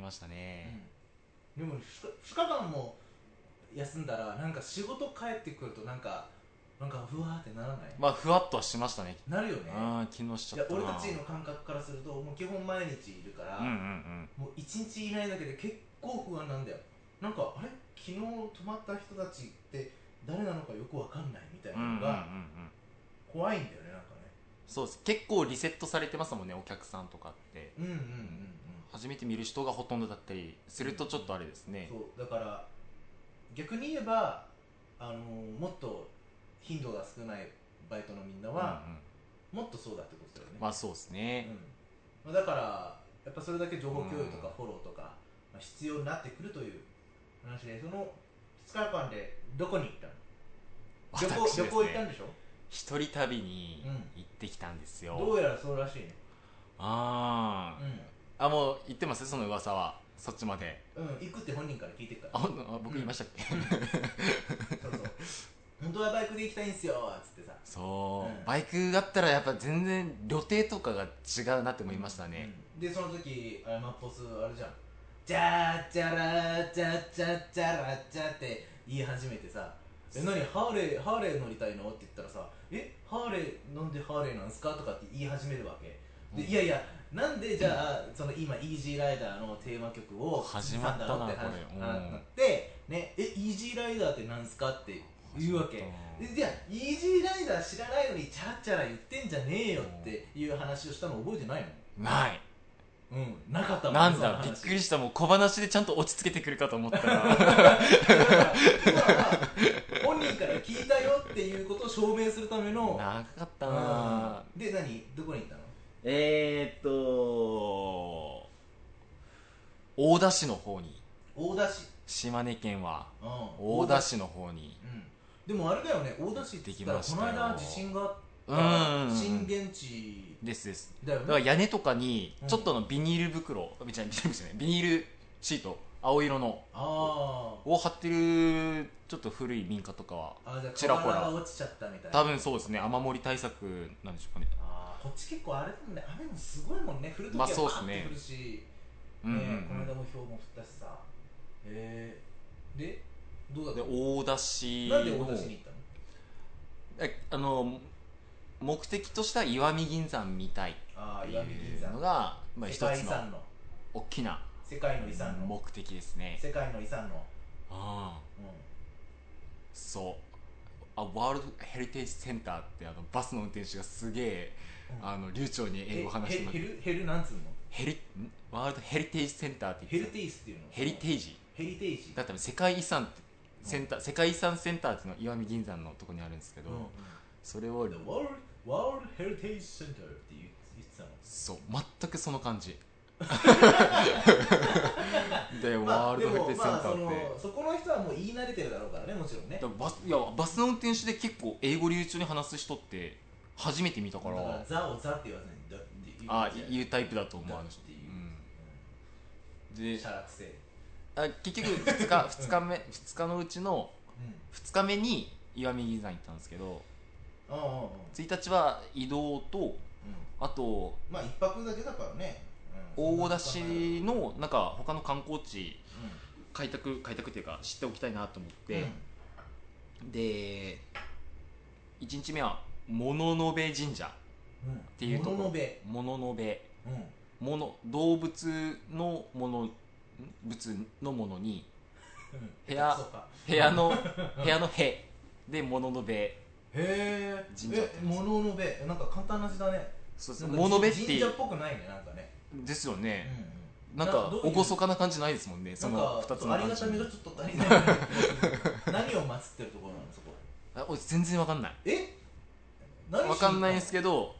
ましたね、でも2日間も休んだらなんか仕事帰ってくるとなんかなんかふわーってならないまあふわっとはしましたねなるよねうん昨日しいちゃやったな俺たちの感覚からするともう基本毎日いるから、うんうんうんもう一日いないだけで結構不安なんだよなんかあれ昨日泊まった人たちって誰なのかよくわかんないみたいなうんうんうんのうんが怖いんだよねなんかねそうです結構リセットされてますもんねお客さんとかってうんうんうん初めて見る人がほとんどだったりするとちょっとあれですねうんそうだから逆に言えばあのもっと頻度が少ないバイトのみんなは、うんうんもっとそうだってことだよね、まあそうですうんねまあ、だからやっぱそれだけ情報共有とかフォローとか、まあ、必要になってくるという話でその2日間でどこに行ったの旅行私旅です行行ったねんでしょ一人旅にうん行ってきたんですどようやらそうらしいねあーあもう言ってますその噂はそっちまでうん、うん、行くって本人から聞いてるかあらほんあ僕言いまし たっけそう そう本当はバイクで行きたいんすよっつってさそううんバイクだったらやっぱ全然旅程とかが違うなって思いましたねうんでその時あれマッポスあれじゃん「チャーチャラーチャチャチャラチャ」って言い始めてさ「え何ハーレーハーレー乗りたいの?」って言ったらさ「えハーレーなんでハーレーなんすか?」とかって言い始めるわけで、うんいやいやなんでじゃあその今「イージーライダー」のテーマ曲を始まったな挟んだのって話これうんなってねえイージーライダーってなんすかって言うわけでじゃあイージーライダー知らないのにチャラチャラ言ってんじゃねえよっていう話をしたの覚えてないのないうん、なかったもなんだびっくりししたもう小話でちゃんと落ち着けてくるかと思ったらた。だから今は 本人から聞いたよっていうことを証明するための。長かったなうんで、何どこに行ったのえーっと大田市の方に大田市。島根県はうん大田。市の方にうん。でもあれだよね、大田市って言ったら、行ってこきのましたよ間地震があったうん震源地ですですだよだからね。屋根とかにうんちょっとのビニール袋、ビニール袋じゃないビニールシート青色のあを貼ってるちょっと古い民家とかはあ。あ、じゃあ、ちらほら瓦が落ちちゃったみたいな。多分そうですね雨漏り対策なんでしょうかねあーこっち結構あれだもんね、雨もすごいもんね、降るときまはあパそうっすーっねて降るし。うんうんねこのう間んもひょうも降ったしさへえでどうだったでの大田市なんで大田市に行ったのえあの目的とした石見銀山みたいっああて石見い銀うの山が、まあ、一つ世界遺の産の大きな世界の遺産の目的ですね世界の遺産のああうそうあワールドヘリテージセンターってあのバスの運転手がすげえんあの流暢にえ英語話してもらヘってルヘルなんつうのヘリんワールドヘリテージセンターってヘ言っルてテイスっていうのたヘリテージヘリテイジだったら世界遺産ってセンター、世界遺産センターっていうのは石見銀山のとこにあるんですけど、うんそれを The World World Heritage Center って言言ってたのそう全くその 感じで、ワールドヘリテージセンターって、まあでもまあそのそこの人はもう言い慣れてるだろうからねもちろんねだからバスいやバスの運転手で結構英語流暢に話す人って初めて見たかだらからザをザって言わずにだって言あじゃん言うタイプだと思うあだのっ人ていうでシャラクセあ結局2日 二日目2日のうちのうん2日目に石見銀山行ったんですけどああああああ1日は移動とうんあとまあ一泊だけだからね、うん大田そ市んなにのなんか他の観光地考え開拓開拓っていうか知っておきたいなと思ったらて、で1日目は物の部神社うんうんっていうとこのべ物の部うん物動物のものん物のものに部屋そうか部屋の部屋のへで物の部へえ神社ってえ物のべなんか簡単な字だねそうですなんか物部って神い社うっぽくないねなんかねですようね、んなんかどういう厳かな感じないですもんねそのなん2かつそのうあり感がじたみがちょっと足りない何を祀っ てるところなのそこあ俺全然わかんないえ何しに行わったかのんないんですけど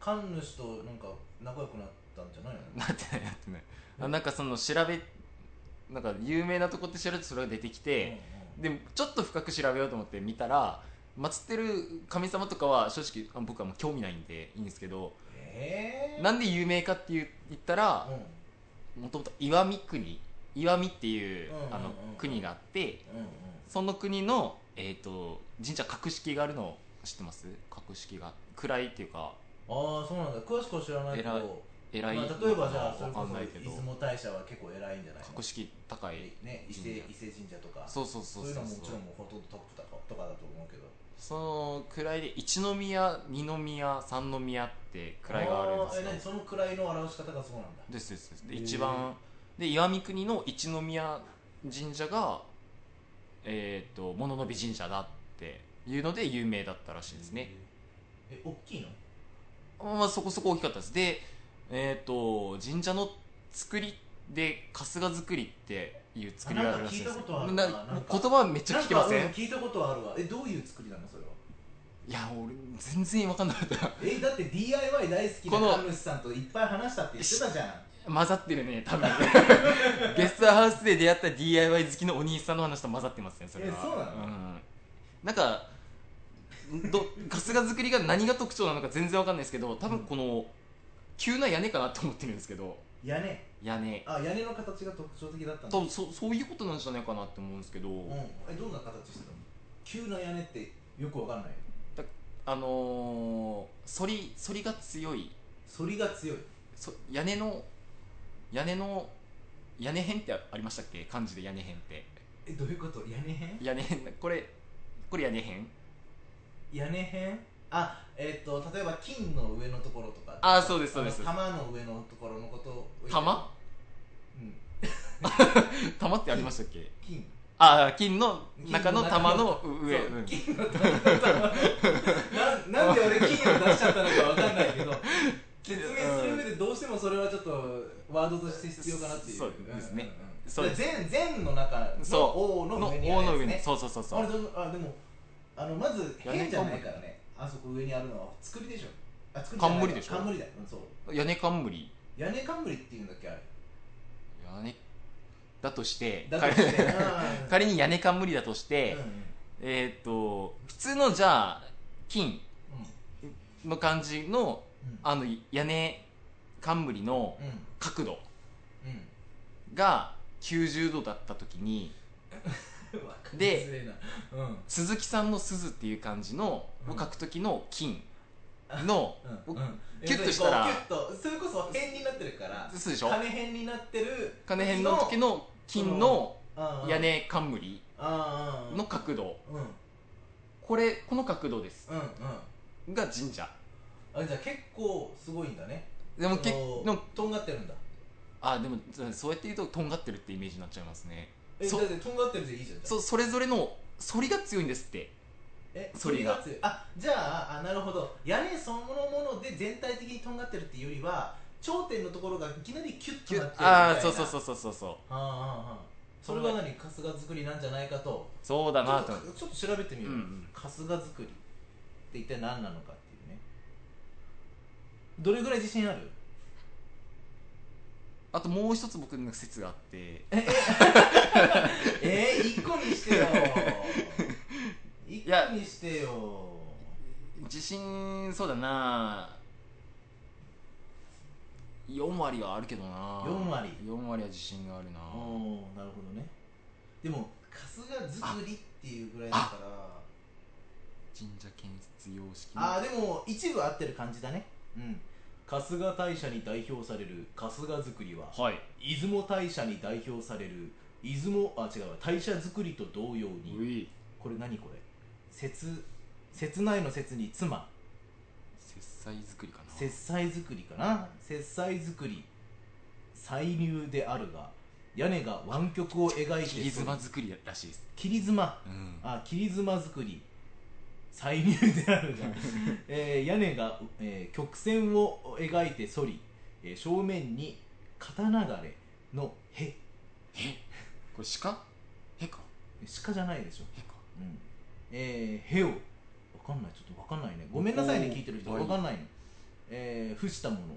神主となんか仲良くなったんじゃないのなってないなってないあなんかその調べなんか有名なとこって調べてそれが出てきて、うでちょっと深く調べようと思って見たら祀ってる神様とかは正直あ僕はもう興味ないんでいいんですけどんうんええなんで有名かっていう言ったらもともと石見国石見っていう、うんうんうんあの国があってうんうんその国の、えー、と神社格式があるの知ってます格式が暗いっていうかああそうなんだ詳しくは知らないけ偉いど偉いまのあ、か例えばじゃあそれわこかんないけそど出雲大社は結構偉いんじゃないの格式高いね、伊勢伊勢神社とかそうそうそうそうそいううのそうももちろんもうほとんどトップとかとかだと思うけどその位で一宮二宮三宮って位があるんであーすよえ何その位の表し方がそうなんだですですですでへー一番で石見国の一宮神社がえっ、と物の美神社だっていうので有名だったらしいですね、え大きいのまあそこそこ大きかったですでえっ、と神社の作りで春日作りっていう作りがあるらしいですあなんか聞いたことあるなななんか言葉めっちゃ聞けませんなんかうん聞いたことはあるわえどういう作りなのそれはいや俺全然分かんなかったえだって DIY 大好きこのな神主さんといっぱい話したって言ってたじゃん混ざってるね 多分ゲストハウスで出会った DIY 好きのお兄さんの話と混ざってますねそれはえそうなのん、なんかど春日作りが何が特徴なのか全然わかんないですけど多分この急な屋根かなと思ってるんですけど屋根屋根あ屋根の形が特徴的だったんだ多分そそういうことなんじゃないかなって思うんですけど、うんえどんな形してたの急な屋根ってよくわかんないよあのー、反り反りが強い反りが強いそ屋根の屋根の屋根辺ってありましたっけ漢字で屋根辺ってえどういうこと屋根辺屋根辺これこれ屋根辺屋根辺あえっ、と例えば金の上のところとかあーそうですそうですあの玉の上のところのことを玉うん玉ってありましたっけ金ああ金の中の玉の上そううん金の玉 ななんで俺金を出しちゃったのかわかんないけ ど説明する上でどうしてもそれはちょっとワードとして必要かなっていうそうですねんんうんそうです全全の中そうの王のの上にあ王るのやつ上にねそうそうそうそあれうどうあでもあのまず変じゃないからねあそこ上にあるのは作りでしょあ作りじゃない冠でしょ冠だよ、うん、そう屋根冠屋根冠っていうんだっけあれ屋根だとしてだとして 仮仮に屋根冠だとしうんて、うんえーっと普通のじゃあ金の感じのうんあの屋根冠のうん角度うが90度だった時にんわかりでづれえなうん鈴木さんの「鈴」っていう漢字のうんを書く時の金のうんうんキュッとしたらキュッとそれこそ辺になってるから「鈴」でしょ金辺になってる金辺の時の金の屋根根冠の角度うんうんこれこの角度ですうんが神社あじゃあ結構すごいんだねでもけそののとんがってるんだあでもそうやって言うととんがってるってイメージになっちゃいますねえだそってとんがってるでいいじゃんそそれぞれの反りが強いんですってえ反りが反り強いあじゃああなるほど屋根そのもので全体的にとんがってるっていうよりは頂点のところがいきなりキュッとなってるみたいなああそうそうそうそうそうそうああああそれが何春日作りなんじゃないかとそうだなちとょっ思ってとちょっと調べてみよう、うんうん春日作りって一体何なのかっていうねどれぐらい自信あ るあともう一つ僕の説があってえー、1個に してよや1個にしてよ自信そうだな4割はあるけどな4割4割は自信があるなおおなるほどねでも春日作りっていうぐらいだから神社建設様式のああーでも一部合ってる感じだねうん春日大社に代表される春日作りははい出雲大社に代表される出雲あ違うわ大社作りと同様うにいこれ何これ切切ないの切に妻切菜作りかな切妻作りかな切妻作り歳入であるが屋根が湾曲を描いて切妻作りらしいです切妻うんあ切妻作り歳入である が、えー屋根が、えー曲線を描いて反り、えー正面に刀流れのへこれ鹿へか鹿じゃないでしょへかうんえー、へをわかんないちょっとわかんないねごめんなさいねおー聞いてる人はいわかんないの、えー、伏したもの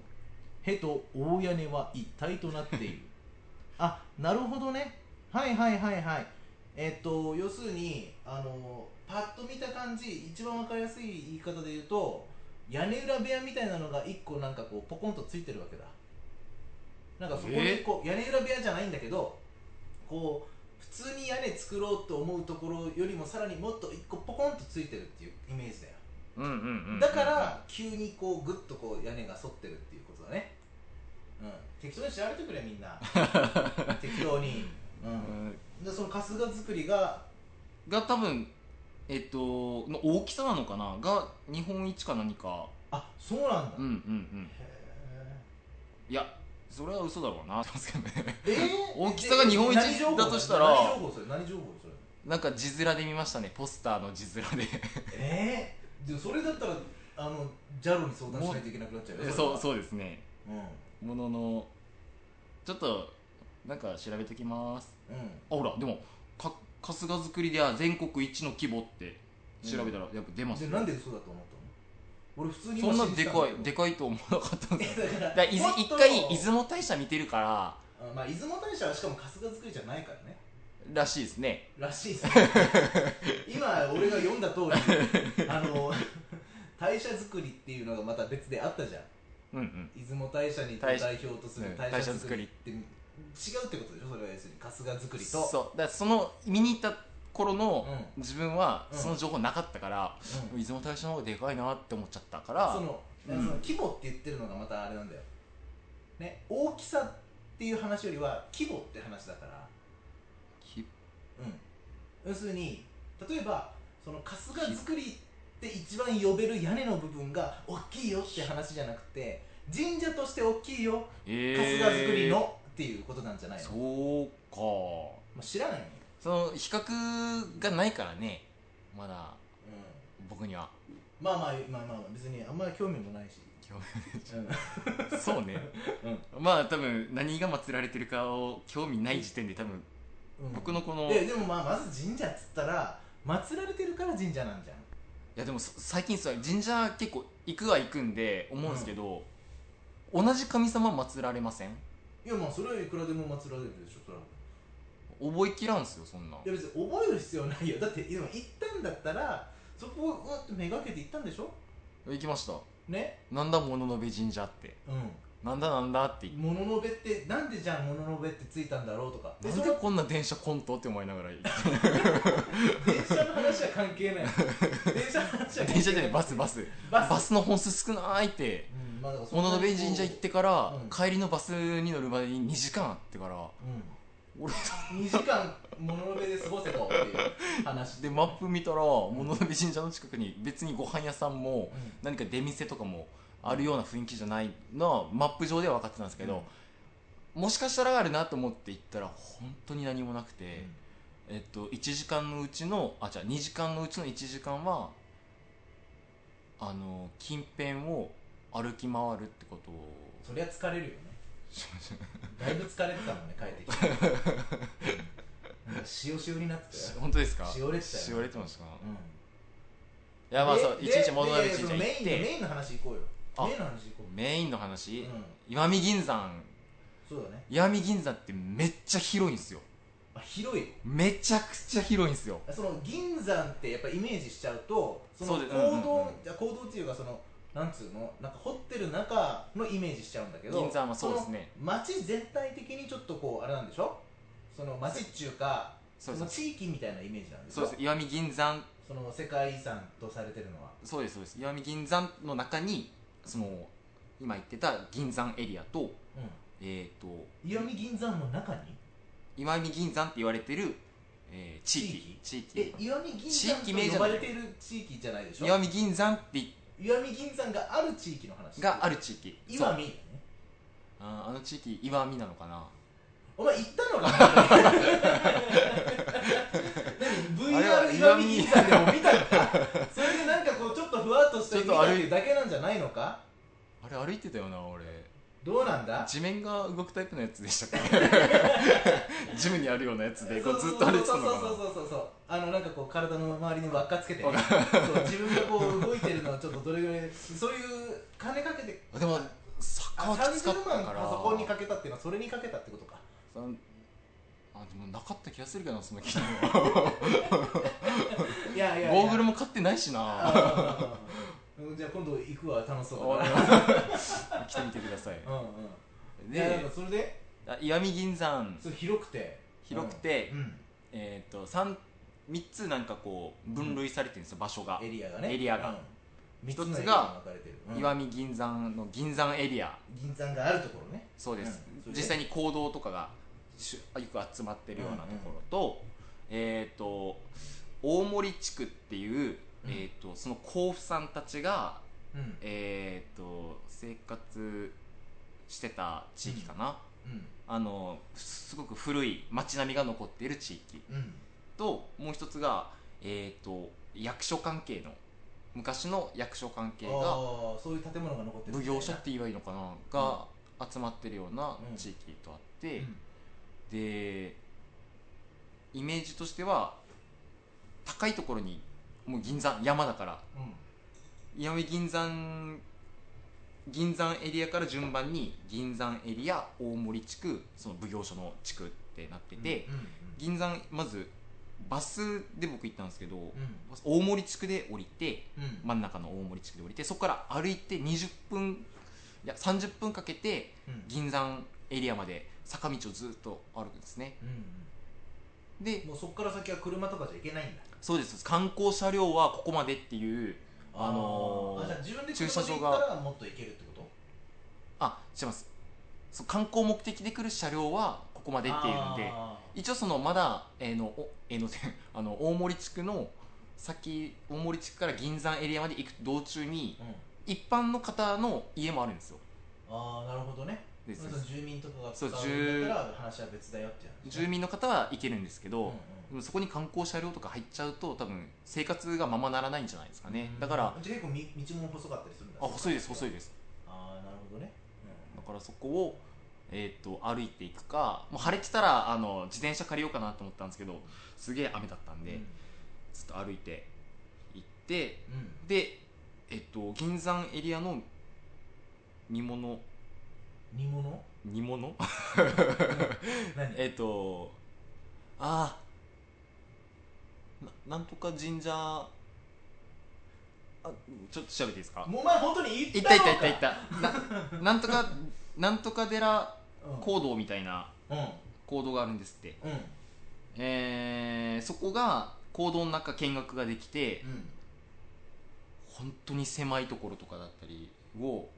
へと大屋根は一体となって いるあなるほどねはいはいはいはいえっと要するにあのパッと見た感じ一番わかりやすい言い方で言うと屋根裏部屋みたいなのが一個なんかこうポコンとついてるわけだなんかそこえにこう、屋根裏部屋じゃないんだけどこう普通に屋根作ろうと思うところよりもさらにもっと一個ポコンとついてるっていうイメージだようんうんうんうんだから急にこうグッとこう屋根が反ってるっていうことだねうん、適当に調べてくれみん な適当に、うんでその春日作りがが多分えっとの大きさなのかなが日本一か何かあそうなんだ、うんうんうんへいやそれは嘘だろうなって 思いますけどねええ大きさが日本一何情報だとしたら何情報それ何情報それなんか字面で見ましたねポスターの字面 でええでもそれだったらあの JAL に相談しないといけなくなっちゃうよそうう、そうですねうんうん、もののちょっとなんか調べてきますあほらでもか春日作りでは全国一の規模って調べたらやっぱ出ますでよ、なんで嘘だと思ったの俺普通にそ今んな信じでたかいんだでけかいと思わなかったんですよど いやだだかかららいずもっ一と回出雲大社見てるからあまあ出雲大社はしかも春日作りじゃないからねらしいですねらし いですね今俺が読んだ通りあの大社作りっていうのがまた別であったじゃんうんうん出雲大社に代大社表とするうん大社作りっ大て違うってことでしょそれは要するに春日作りとそうだからその見に行った頃のう自分はうんその情報なかったから、うん出雲大社の方がでかいなって思っちゃったかそらの,、うんその規模って言ってるのがまたあれなんだよ、ね、大きさっていう話よりは規模って話だから、きうん、要するに例えばその春日作りって一番呼べる屋根の部分が大きいよって話じゃなくて神社として大きいよえ春ー日作りのっていうことなんじゃないの、そうかまあ、知らないよ、その比較がないからねまだう僕にはん、まあまあまあまあ別にあんまり興味もないし、うん そうね、まあ多分何が祀られてるかを興味ない時点で多分うん僕のこの、でいでもまあまず神社っつったら祀られてるから神社なんじゃんやでもそ最近さ神社結構行くは行くんで思うんですけど、同じ神様祀られませんいやまあそれはいくらでも祀られるでしょそれは覚えきらんすよそんなんいや別に覚える必要ないよだってでも行ったんだったらそこをうわってめがけて行ったんでしょ行きましたねなんだもののべ神社ってうなんだなんだって言っんもののべってなんでじゃあもののべってついたんだろうとかてでなそんのでこんな電車コントって思いながら行って電車の話は関係 ない電車の話は関係ない電車じゃないバスバススバスバスの本数少ないってうんまあだからそん物なのにこう部神社行ってから、うん帰りのバスに乗るまでに2時間あってから俺うん2時間もののべで過ごせとっていう話でマップ見たら物の部神社の近くに別にご飯屋さんもうん何か出店とかもあるような雰囲気じゃないのはマップ上では分かってたんですけど、もしかしたらあるなと思って行ったら本当に何もなくて、えっと、1時間のうちのあじゃあ2時間のうちの1時間はあの近辺を歩き回るってことをそりゃ疲れるよねだいぶ疲れてたもんね帰って きてうんなんか塩塩になってたよ本当ですかしおれてたよしおれてましたかういやまあでそうで一日物語いや神いや社その行メっインのてメインの話行こうよあメインの話行こメインのう、う話ん、石見銀山そうだね石見銀山ってめっちゃ広いんですよあ広いよめちゃくちゃ広いんですよその銀山ってやっぱイメージしちゃうとそのそ行うです動うんうんうんじゃあ行動っていうかそのなんつうのなんか掘ってる中のイメージしちゃうんだけど銀山はそうですねその街全体的にちょっとこうあれなんでしょその街っていうかそうのです地域みたいなイメージなんでしょそうです石見銀山その世界遺産とされてるのはそうですそうです石見銀山の中にその今言ってた銀山エリアとうえっ、とん石見銀山の中に今見銀山って言われてる、えー地域地え域石見銀地域名山じとゃ呼ばないれてる地域じゃないでしょ岩見銀山ってい石見銀山がある地域の話があるる地域石見そだうねあーあの地域岩見なのかなお前行った のかなあれは VR 岩見銀山でも見たのかそれでなんかこうちょっとふわっとしたちょっと意歩い味だけなんじゃないのかあれ歩いてたよな俺どうなんだ地面が動くタイプのやつでしたっけ ジムにあるようなやつでこうずっと歩いてたそうそのうかそうそうそうあのなんかこう体の周りに輪っかつけてねそう自分がこう動いてるのはちょっとどれぐらいそういう金かけてなでもサッカあーきつかっ30た万からパソコンにかけたっていうのはそれにかけたってことかさんあでもなかった気がするけどなその機能いやいやいやゴーグルも買ってないしなあーうんじゃあ今度行くわ楽しそうだな 来てみてくださいうんうんいやだかでらそれであ石見銀山そう広くて広くてうんうんえー、と 3, 三つなんかこう分類されてるんですよ、場所がエリアがねエリアがうん三一のつ駅にが分かれてる、うん石見銀山の銀山エリア銀山があるところねそうです、うんそれで実際に行動とかがしゅよく集まってるようなところと、えっ、と大森地区っていう、うんえー、とその甲府さんたちが、うんえー、と生活してた地域かな、うんあのすごく古い街並みが残っている地域うんともう一つが、えー、と役所関係の昔の役所関係あがーそういう建物が残ってる奉みたいな行所って言えばいいのかなが集まってるような地域とあって、うんでイメージとしては高いところにもう銀山山だからうん石見銀山銀山エリアから順番に銀山エリア大森地区その奉行所の地区ってなってて、うんうん銀山まずバスで僕行ったんですけど、うん大森地区で降りてうん真ん中の大森地区で降りてそこから歩いて20分いや30分かけてうん銀山エリアまで坂道をずっと歩くんですねうんでうんもうそこから先は車とかじゃ行けないんだそうです観光車両はここまでっていうあのーあじゃあ自分で駐車車で場行がったらもっと行けるってことあ違いますそう観光目的で来る車両はここまでっていうのであ一応そのまだ、えーのおえーの あの大森地区の先大森地区から銀山エリアまで行く道中にーうん一般の方の家もあるんですよあーなるほどねでまあその住民とかが使そううんだったら話は別だよって話ね住民の方は行けるんですけど、うんうんでもそこに観光車両とか入っちゃうと多分生活がままならないんじゃないですかね、うんだから、じゃあ結構み道も細かったりするんだあ細いです細いですですああなるほどねだからそこを、えー、と歩いていくかもう晴れてたらあの自転車借りようかなと思ったんですけどすげえ雨だったんうんで、うんずっと歩いて行ってうんで、えっと銀山エリアの煮物煮物煮物何えっとああななんとか神社あちょっと調べていいですかもうお前本当にい言っったたいっのかたいったいったななんとかなんとか寺うん行動みたいなうん行動があるんですってうんえー、そこが行動の中見学ができてうん本当に狭いところとかだったりを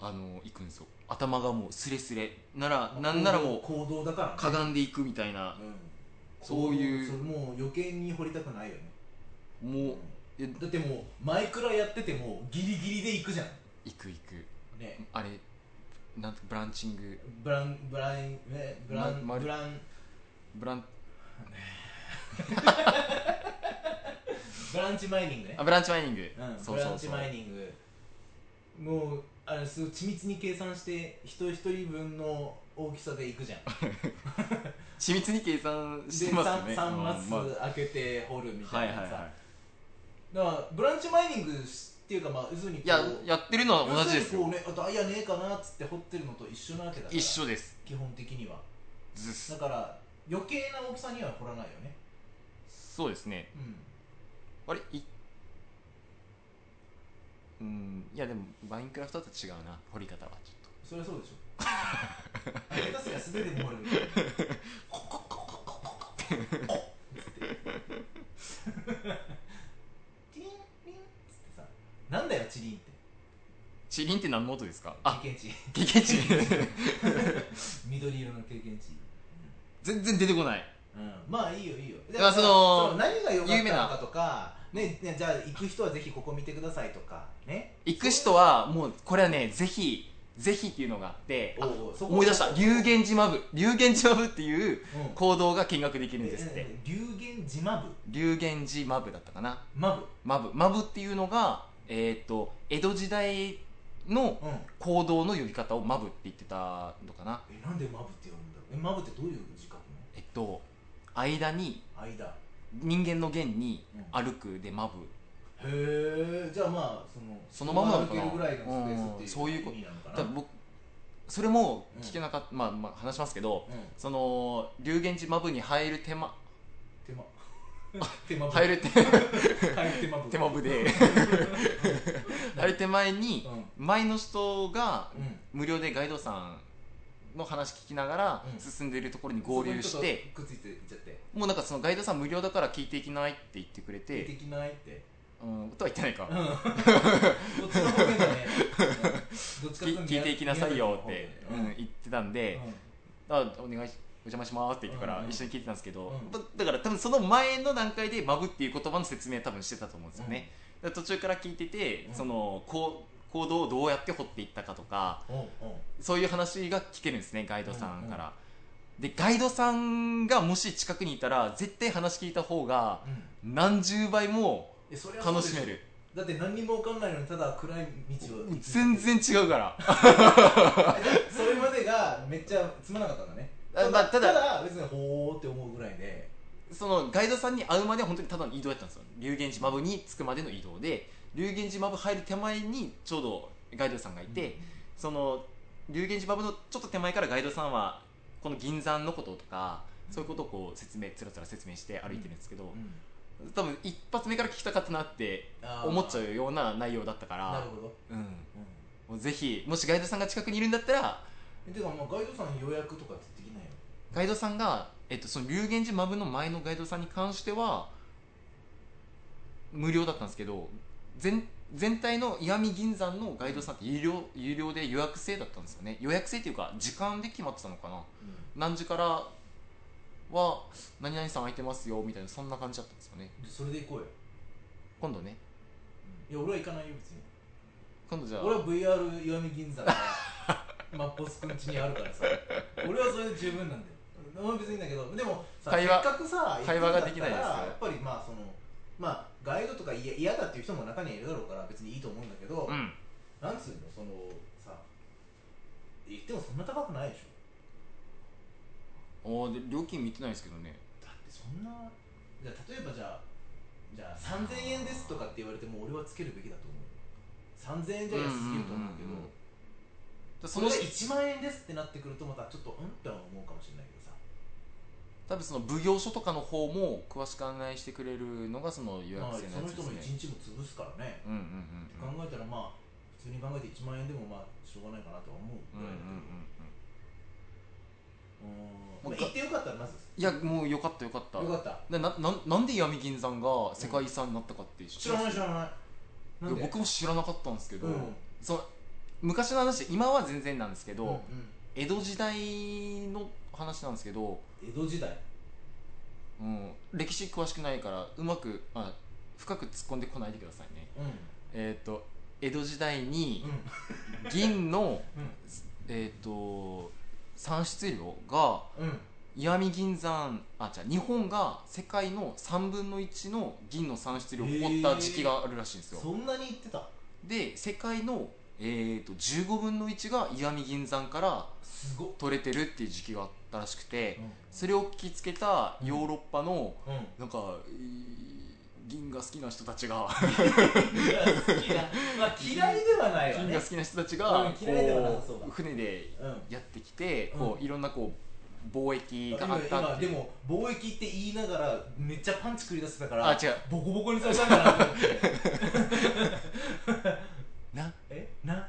あの行くんですよ頭がもうスレスレならなんならもう行動だからねかがんでいくみたいなうんそういうそれもう余計に掘りたくないよねもうえだってもうマイクラやっててもギリギリで行くじゃん行く行くねあれなんてブランチングブランブランねブランままるブランブランブランチマイニングねあブランチマイニング、うんそブうラそンうチそうマイニングもうあれすごい緻密に計算して一人一人分の大きさでいく じゃん緻密に計算してますよねで 3, マスうんまあ開けて掘るみたはいいはないさ、はいだからブランチマイニングっていうかまあ要するにこいやうやってるのは同じです要よるにこうねあダイヤねえかなっつって掘ってるのと一緒なわけだから一緒です基本的にはずっすだから余計な大きさには掘らないよねそうですねうんあれいうんいやでもマインクラフトとは違うな掘り方はちょっとそれはそうでしょあれ下手すりゃ素手でも掘れるみたいなつってチリンリンっつってさなんだよチリンってチリンって何の音ですかあ経験値経験 値緑色の経験値全然出てこないうん、まあいいよいいよまあそのそう何が良かっ有名たのなかとか、ねね、じゃあ行く人はぜひここ見てくださいとかね行く人はもうこれはねぜひぜひっていうのがあってあおうおうそこ思い出した龍源寺マブ龍源寺マブっていううん行動が見学できるんですっえてええ流言寺マブ龍源寺マブだったかなマブマブマブっていうのがえっ、と江戸時代のうん行動の呼び方をマブって言ってたのかなえなんでマブって呼んだろうえマブってどういう字書くのえっと間に間へ人間の弦にうん歩くでマブえじゃあまあそのそのままなの歩かけなるぐらいのスペースっていう、うんそういうこと意味なのかな多分僕それも聞けなかった、まあ、まあ話しますけどうんその龍源寺マブに入る手間手間手間入る手入る手間部手間ぶであれ手前にうん前の人がうん無料でガイドさんの話聞きながらうん進んでいるところに合流して、そこにちょっとくっついていっちゃってもうなんかそのガイドさん無料だから聞いていきないって言ってくれ「出ててきない」ってうん、とは言ってないかうんこっちの方面だね、うんどっちかきっていうと 聞いていきなさいよって宮、崎のう方ん、言ってたんで、あお願いしお邪魔しますって言ってかうんらうん一緒に聞いてたんですけど、うんだだから多分その前の段階で「マブ」っていう言葉の説明多分してたと思うんですよね、だから途中から聞いてて、うんそのこう行動をどうやって掘っていったかとかうんうんうんうんそういう話が聞けるんですねガイドさんから、でガイドさんがもし近くにいたら絶対話聞いた方が何十倍もえそれはそうで楽しめるだって何にも分かんないのにただ暗い道を全然違うから それまでがめっちゃつまらなかったんだねあまあただ別にほーって思うぐらいでそのガイドさんに会うまでは本当にただの移動やったんですよ龍源寺マブに着くまでの移動で龍源寺マブ入る手前にちょうどガイドさんがいて、その龍源寺マブのちょっと手前からガイドさんはこの銀山のこととかそういうことをこう説明つらつら説明して歩いてるんですけど、うん多分一発目から聞きたかったなってあー思っちゃうような内容だったかならるほど、うん、もうぜひもしガイドさんが近くにいるんだったらうん、てかまあガイドさん予約とかってできないよガイドさんが、えっと、その龍源寺マブの前のガイドさんに関しては無料だったんですけど全全体の石見銀山のガイドさんって有料有料で予約制だったんですよね予約制っていうか時間で決まってたのかな何時からは何々さん空いてますよみたいなそんな感じだったんですよねでそれで行こうよ、今度ねいや俺は行かないよ別に今度じゃあ俺は VR 石見銀 座がマッポスくんちにあるからさ俺はそれで十分なんだよ俺は別にいいんだけどでもさ会話せっかくさ会話ができないで行くんだっすよたらやっぱりまあそのまあガイドとかいや嫌だっていう人も中にはいるだろうから別にいいと思うんだけど、うんなんつうのそのさ言ってもそんな高くないでしょおーで料金見てないですけどねだってそんなじゃあ例えばじゃあじゃあ3000円ですとかって言われても俺はつけるべきだと思う3000円じゃ安すぎると思うけど、うんうんうんうんそそれのが1万円ですってなってくるとまたちょっとうんって思うかもしれないけどさ多分その奉行所とかの方も詳しく案内してくれるのがその予まあ約制のそやのつで人すのね一日も潰すからね、うんうんってうんう考えんたらまあ普通に考えて1万円でもまあしょうがないかなとは思ううんぐうんうらいだけど、んうーんまあ、行ってよかったらまずいやもうよかったよかったよかったななななんで闇銀山が世界遺産になったかって知らない知いらないなやんで僕も知らなかったんですけど、うんその昔の話今は全然なんですけど、うんうん江戸時代の話なんですけど、江戸時代うん、歴史詳しくないからうまく、まあ、深く突っ込んでこないでくださいねうんえっ、と江戸時代にうん銀の、うんえっ、と産出量がうん石見銀山あじゃ日本が世界の3分の1の銀の産出量を誇った時期があるらしいんですよ、そんなに行ってたで世界の、えー、と15分の1が石見銀山からすごっ、取れてるっていう時期があったらしくてうんそれを聞きつけたヨーロッパのうん、なんか、えー銀が好きな人たちがいや好きなまあ嫌いではないわ銀がね好きな人たちがうん嫌いではなさそうこだう船でうんやってきてうんこういろんなこう貿易があっ今た今ってでいうも貿易って言いながらめっちゃパンチ繰り出してたからあ違うボコボコにされたんだなと思ってなえな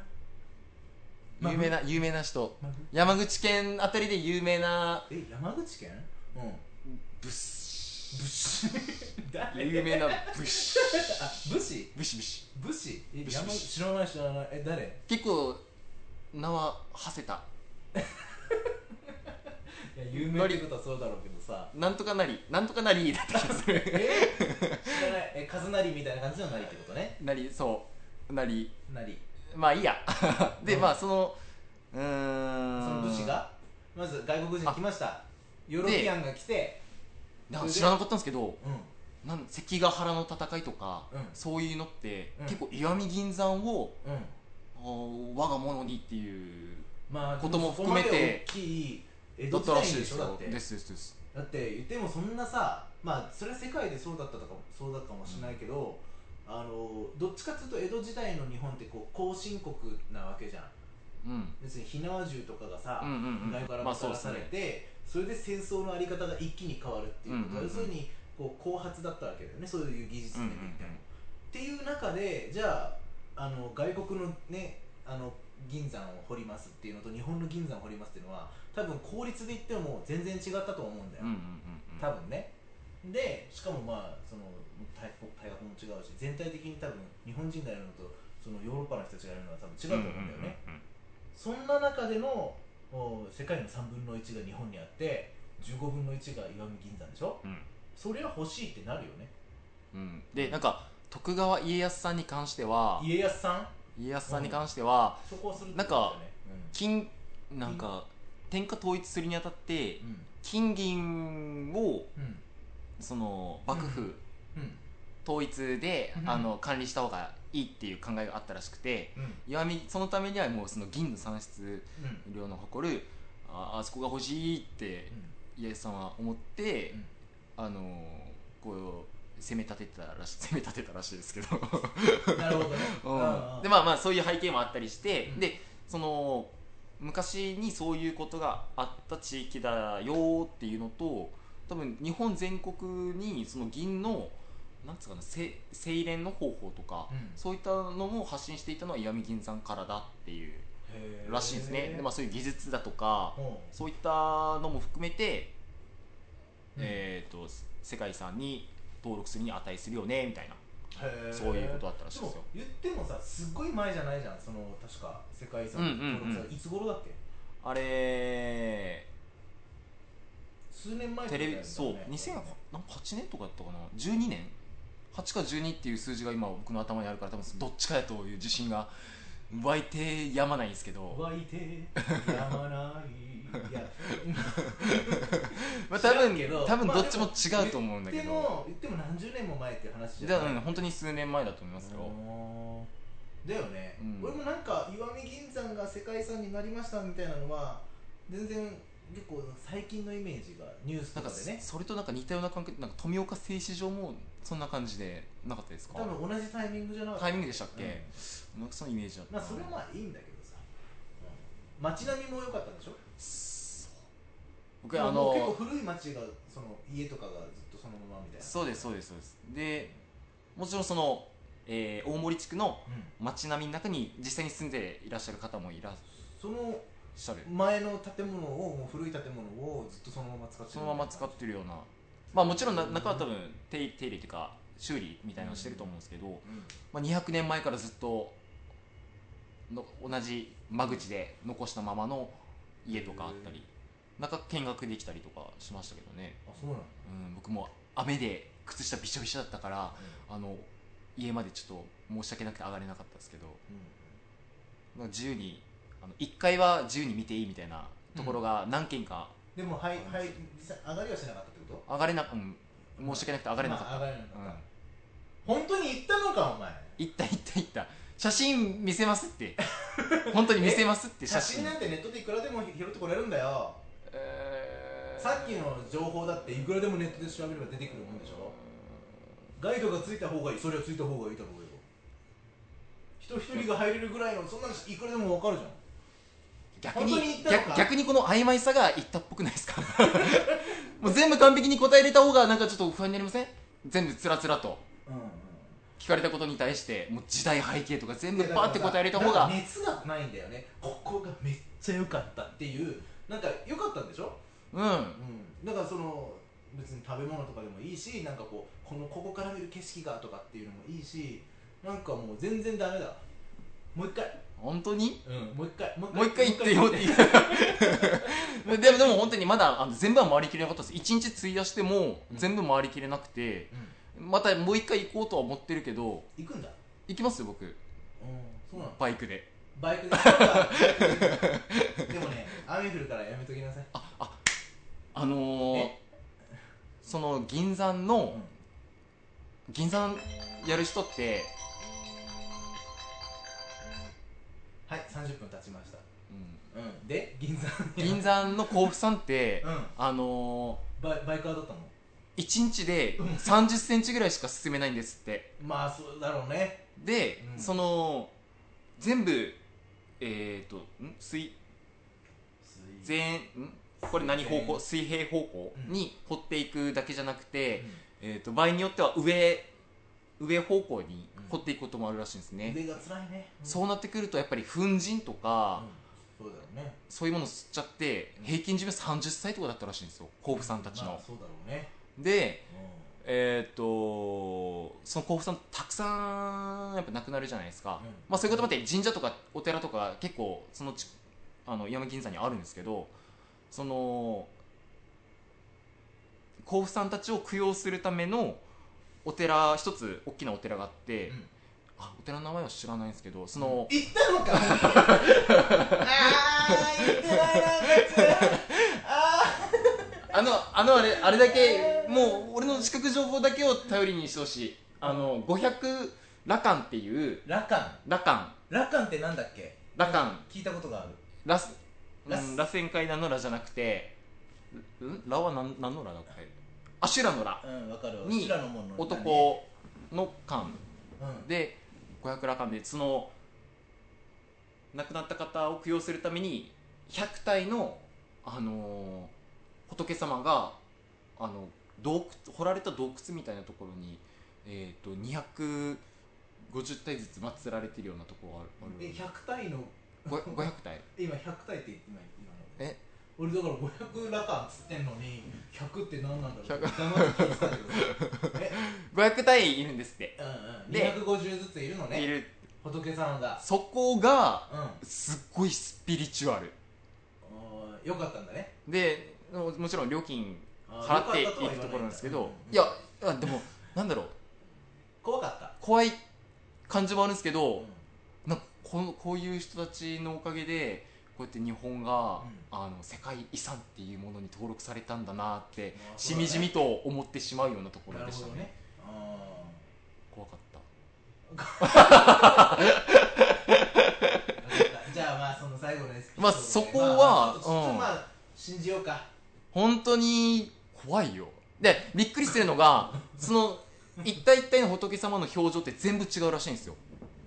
マグ有名な有名な人マグ山口県あたりで有名なえ山口県うんブシ武士誰有名なブシあ武士ブシブシ武士え武士山武士知らない知らないえ誰結構名は馳せたいや有名ってことはそうだろうけどさなんとかなりなんとかなりだった気がするえ知 らないえ和成みたいな感じの成ってことねなりそうなり成まあいいや で、うんまあそのうそーんの武士がまず外国人来ましたヨーロピアンが来てなんか知らなかったんですけどうんなん関ヶ原の戦いとか、うんそういうのって、うん結構石見銀山をうんあー我が物にっていうまあことも含めてそこまで大きい江だ戸っ時たら代しいでですしょだよってですですですだって言ってもそんなさまあそれは世界でそうだったとかもそうだかもしれないけど、あのどっちかっていうと江戸時代の日本ってこう後進国なわけじゃんうん別に火縄銃とかがさ、うんうん外かうんらまあもたそうでらすされねて、それで戦争のあり方が一気に変わるっていうことは、う要んうんうんするにこう後発だったわけだよねそういう技術面で言っても、うんうんうんっていう中でじゃああの外国のねあの銀山を掘りますっていうのと日本の銀山を掘りますっていうのは多分効率で言っても全然違ったと思うんだよ、うんうんうんうん多分ねでしかもまあその大国大学も違うし全体的に多分日本人がやるのとそのヨーロッパの人たちがやるのは多分違うと思うんだよね、うんうんうんそんな中でのお世界の3分の1が日本にあって15分の1が石見銀山でしょうんそれは欲しいってなるよねうんでなんか徳川家康さんに関しては家康さん家康さんに関してはそこをするってなんかことだよね金なんか天下統一するにあたってうん金銀をうんその幕う府うん統一で、うんあの管理した方がいいっていう考えがあったらしくてうん石見そのためにはもうその銀の産出うん量の誇るああそこが欲しいって家康さんは思って、うんあのこう攻め立てたらし 攻め立てたらしいですけど、うんなるほどね うんでままあまあそういう背景もあったりして、うんでその昔にそういうことがあった地域だよっていうのと多分日本全国にその銀のなんつうかなせ精錬の方法とか、うんそういったのも発信していたのは石見銀山からだっていうらしいですね、でまあ、そういう技術だとかそういったのも含めて、えー、と世界遺産に登録するに値するよねみたいなそういうことだったらしいですよも言ってもさすっごい前じゃないじゃんその確か世界遺産うんうんうん登録されいつ頃だっけあれ数年前とかテだレよねビそう2008年とかやったかな12年8か12っていう数字が今僕の頭にあるから多分どっちかやという自信が湧いてやまないんですけど、湧いてやまないいやまあ、多知らん分けど多分まあどっちも違うと思うんだけでど、も言っても何十年も前っていう話じだゃかならいうん本当に数年前だと思いますよ、うーんだよね、うん俺もなんか石見銀山が世界遺産になりましたみたいなのは全然結構最近のイメージがニュースなとんかかでねそれとなんか似たような関係なんか富岡製糸場もそんな感じでなかったですか多分同じタイミングじゃなかったタイミングでしたっけ、うんなんかそのイメージだったまなあそれはまあいいんだけどさ、うん街並みも良かったんでしょそう僕あでももう結の構古い街がその家とかがずっとそのままみたいなそうですそうですそうですでもちろんその、えー大森地区のうん街並みの中に実際に住んでいらっしゃる方もいらっそのしゃる前の建物をもう古い建物をずっとそのまま使ってそるのまま使ってるようなまあもちろんな中は多分手手入れというか修理みたいなのをしてると思うんですけど、うんまあ、200年前からずっとの同じ間口で残したままの家とかあったり中見学できたりとかしましたけどね、あそうなのうん、僕も雨で靴下びしょびしょだったからあの家までちょっと申し訳なくて上がれなかったですけどなんか自由にあの1階は自由に見ていいみたいなところが何軒かでもはいはい実際上がりはしなかったってこと上がれなく、うん、申し訳なくて上がれなかった、まあ上がれなかうっんた本当に行ったのかお前行った行った行った写真見せますって 本当に見せますって写写真真なんてネットでいくらでも拾ってこれるんだよえーさっきの情報だっていくらでもネットで調べれば出てくるもんでしょガイドがついた方がいいそれはついた方がいいだろうよ人一人が入れるぐらいのそんなのいくらでも分かるじゃん逆に本当に行ったのか逆逆にこの曖昧さが行ったっぽくないですか もう全部完璧に答えれた方がなんかちょっと不安になりません全部つらつらとうんうん聞かれたことに対してもう時代背景とか全部バーって答えれた方が熱がないんだよねここがめっちゃ良かったっていうなんか良かったんでしょうんうんだからその別に食べ物とかでもいいしなんかこうこのここから見る景色がとかっていうのもいいしなんかもう全然ダメだもう一回、本当にうん、もう一回もうもう一回行ってよって言うでもでも本当にまだあの全部は回りきれなかったです一日費やしても全部回りきれなくてまたもう一回行こうとは思ってるけどうん、行くんだ行きますよ僕うんそうなのバイクでバイクで行くん だでもね雨降るからやめときなさいあのーえ、その銀山の銀山やる人って、はい30分経ちましたうんうんで銀座銀山の甲府さんってうんあのバイバイクアウトだったのー、1日で3 0ンチぐらいしか進めないんですってまあそうだろうねで、うんその全部えっ、ー、とん水全んこれ何方向水平方向うんに掘っていくだけじゃなくて、うえー、と場合によっては上上方向にうん掘っていくこともあるらしいんですんね、腕が辛いねそうなってくるとやっぱり粉塵とか、うん、そうだろうねそういうものを吸っちゃってうん平均寿命30歳とかだったらしいんですよ甲府さんたちの、まあそうだろうねでうえーっとその甲府さんたくさんやっぱ亡くなるじゃないですか、うんまあ、そういうこともあって神社とかお寺とか結構そのちあの山銀座にあるんですけどその甲府さんたちを供養するためのお寺一つ大きなお寺があって、うんあお寺の名前は知らないんですけどその、行ったのかああ行ってないなこいつああのあのあれあれだけもう俺の視覚情報だけを頼りにしてほしいあの500羅漢っていうあラカン羅漢ラカンってなんだっけ羅漢聞いたことがあるラスララスス、うん、螺旋階段のラじゃなくてんラは何何のラだっけアシュラのラうんわかるに修羅のもの男の漢うんで五百羅漢でその亡くなった方を供養するために100体の、あのー仏様があの洞窟掘られた洞窟みたいなところに、えー、と250体ずつ祀られてるようなところがあえる100体のある500体今100体って言ってない今のえ俺だから500ラカンっつってんのに100って何なんだろう100黙って聞いてたけどえ500体いるんですって、でうんうん250ずついるのいねる仏様がそこがうんすっごいスピリチュアルあーよかったんだねでももちろん料金あー払っていよかるったは言わところなんですけうんうどんうんいやいやでもなんだろう怖かった怖い感じもあるんですけうんど、なんかこのこういう人たちのおかげでこうやって日本が、あの世界遺産っていうものに登録されたんだなってまあしみじみと思ってしまうようなところなでるしほたどね ねあ怖かったーわかったじゃあまあその最後のエピソードでまあそこはまあちょっとうんまあ信じようか本当に怖いよでびっくりするのがその一体一体の仏様の表情って全部違うらしいんですよ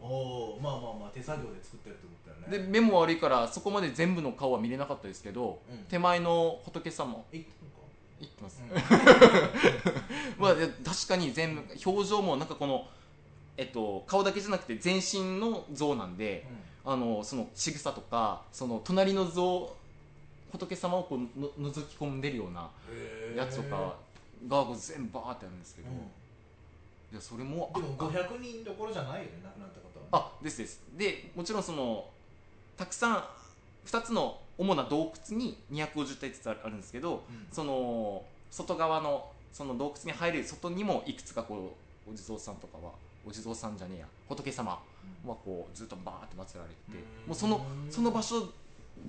おおまあまあまあ手作業で作ってるってことだよでね目も悪いからそこまで全部の顔は見れなかったですけど、うん手前の仏様行ったいってます、のかまあ、で確かに全部表情もなんかこの、えっと、顔だけじゃなくて全身の像なんでうんあのその仕草とかその隣の像仏様をこうのの覗き込んでるようなへーやつとかがこう全部バーってあるんですけど、うでそれもんでも500人どころじゃないよね亡くなった方はあですですでもちろんそのたくさん2つの主な洞窟に250体ずつあるんですけうどんその外側のその洞窟に入る外にもいくつかこうお地蔵さんとかはお地蔵さんじゃねえや仏様はこうずっとバーって祀られててうんもうそのその場所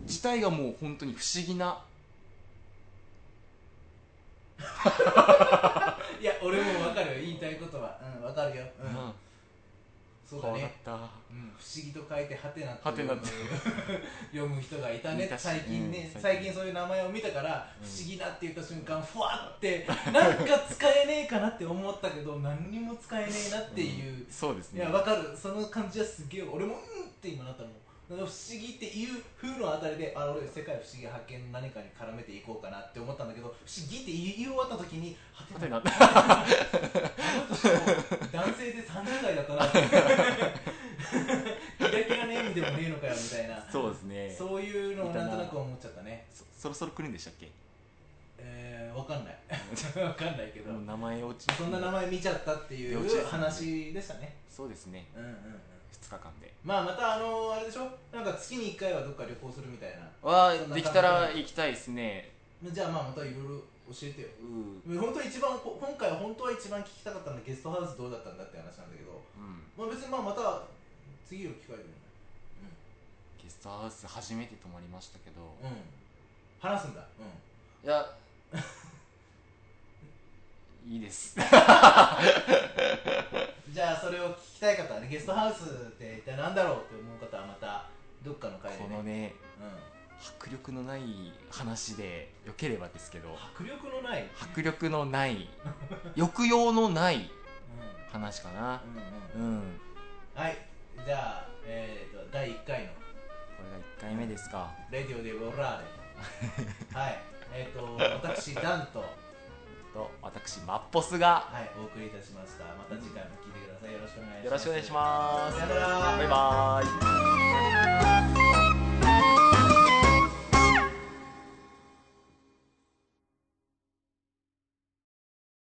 自体がもう本当に不思議ないや俺も分かるよ言いたいことはうん分かるよううんんそうだ怖かっねたうん不思議と書いてはてなってはてなって 読む人がいたねいたし最近ねうん最近そういう名前を見たからうん不思議だって言った瞬間ふわってなんか使えねえかなって思ったけど何にも使えねえなっていうそうですいねやわかるその感じはすげえ俺もうんって今なったのなんか不思議っていう風のあたりであ俺世界不思議発見何かに絡めていこうかなって思ったんだけど不思議って言い言い終わった時にはてはなてなってあの人も男性で30代だったな キラキラねえでもねえのかよみたいなそうで すねそそういうのをなんとなく思っちゃったねそろそろ来るんでしたっけえー、わかんない わかんないけどもう名前落ちそんな名前見ちゃったってい幼稚園う話でしたねそうですねうんうんうん2日間でまあまたあのあれでしょなんか月に1回はどっか旅行するみたいなわそんあなできたら行きたいですねじゃあまあまたいろいろ教えてよううん本当は一番こ今回は本当は一番聞きたかったのはゲストハウスどうだったんだって話なんだけどまあ別にまあまた次の機会でもゲストハウス初めて泊まりましたけどうん話すんだういや いいですんじゃあそれを聞きたい方はねゲストハウスって一体何だろうって思う方はまたどっかの回でこねのねう迫力のない話でよければですけどん、迫力のない、うん迫力のない 抑揚のない話かなうんうんうんはいじゃあ、えー、と第1回のこれが1回目ですか「レディオ・デ・ボ ラーレ」はいえっ、と私ダンと、はと私マッポスがい、お送りいたしましたまた次回も聞いてくださいよろしくお願いしますよろしくお願いしますさよならバイバーイ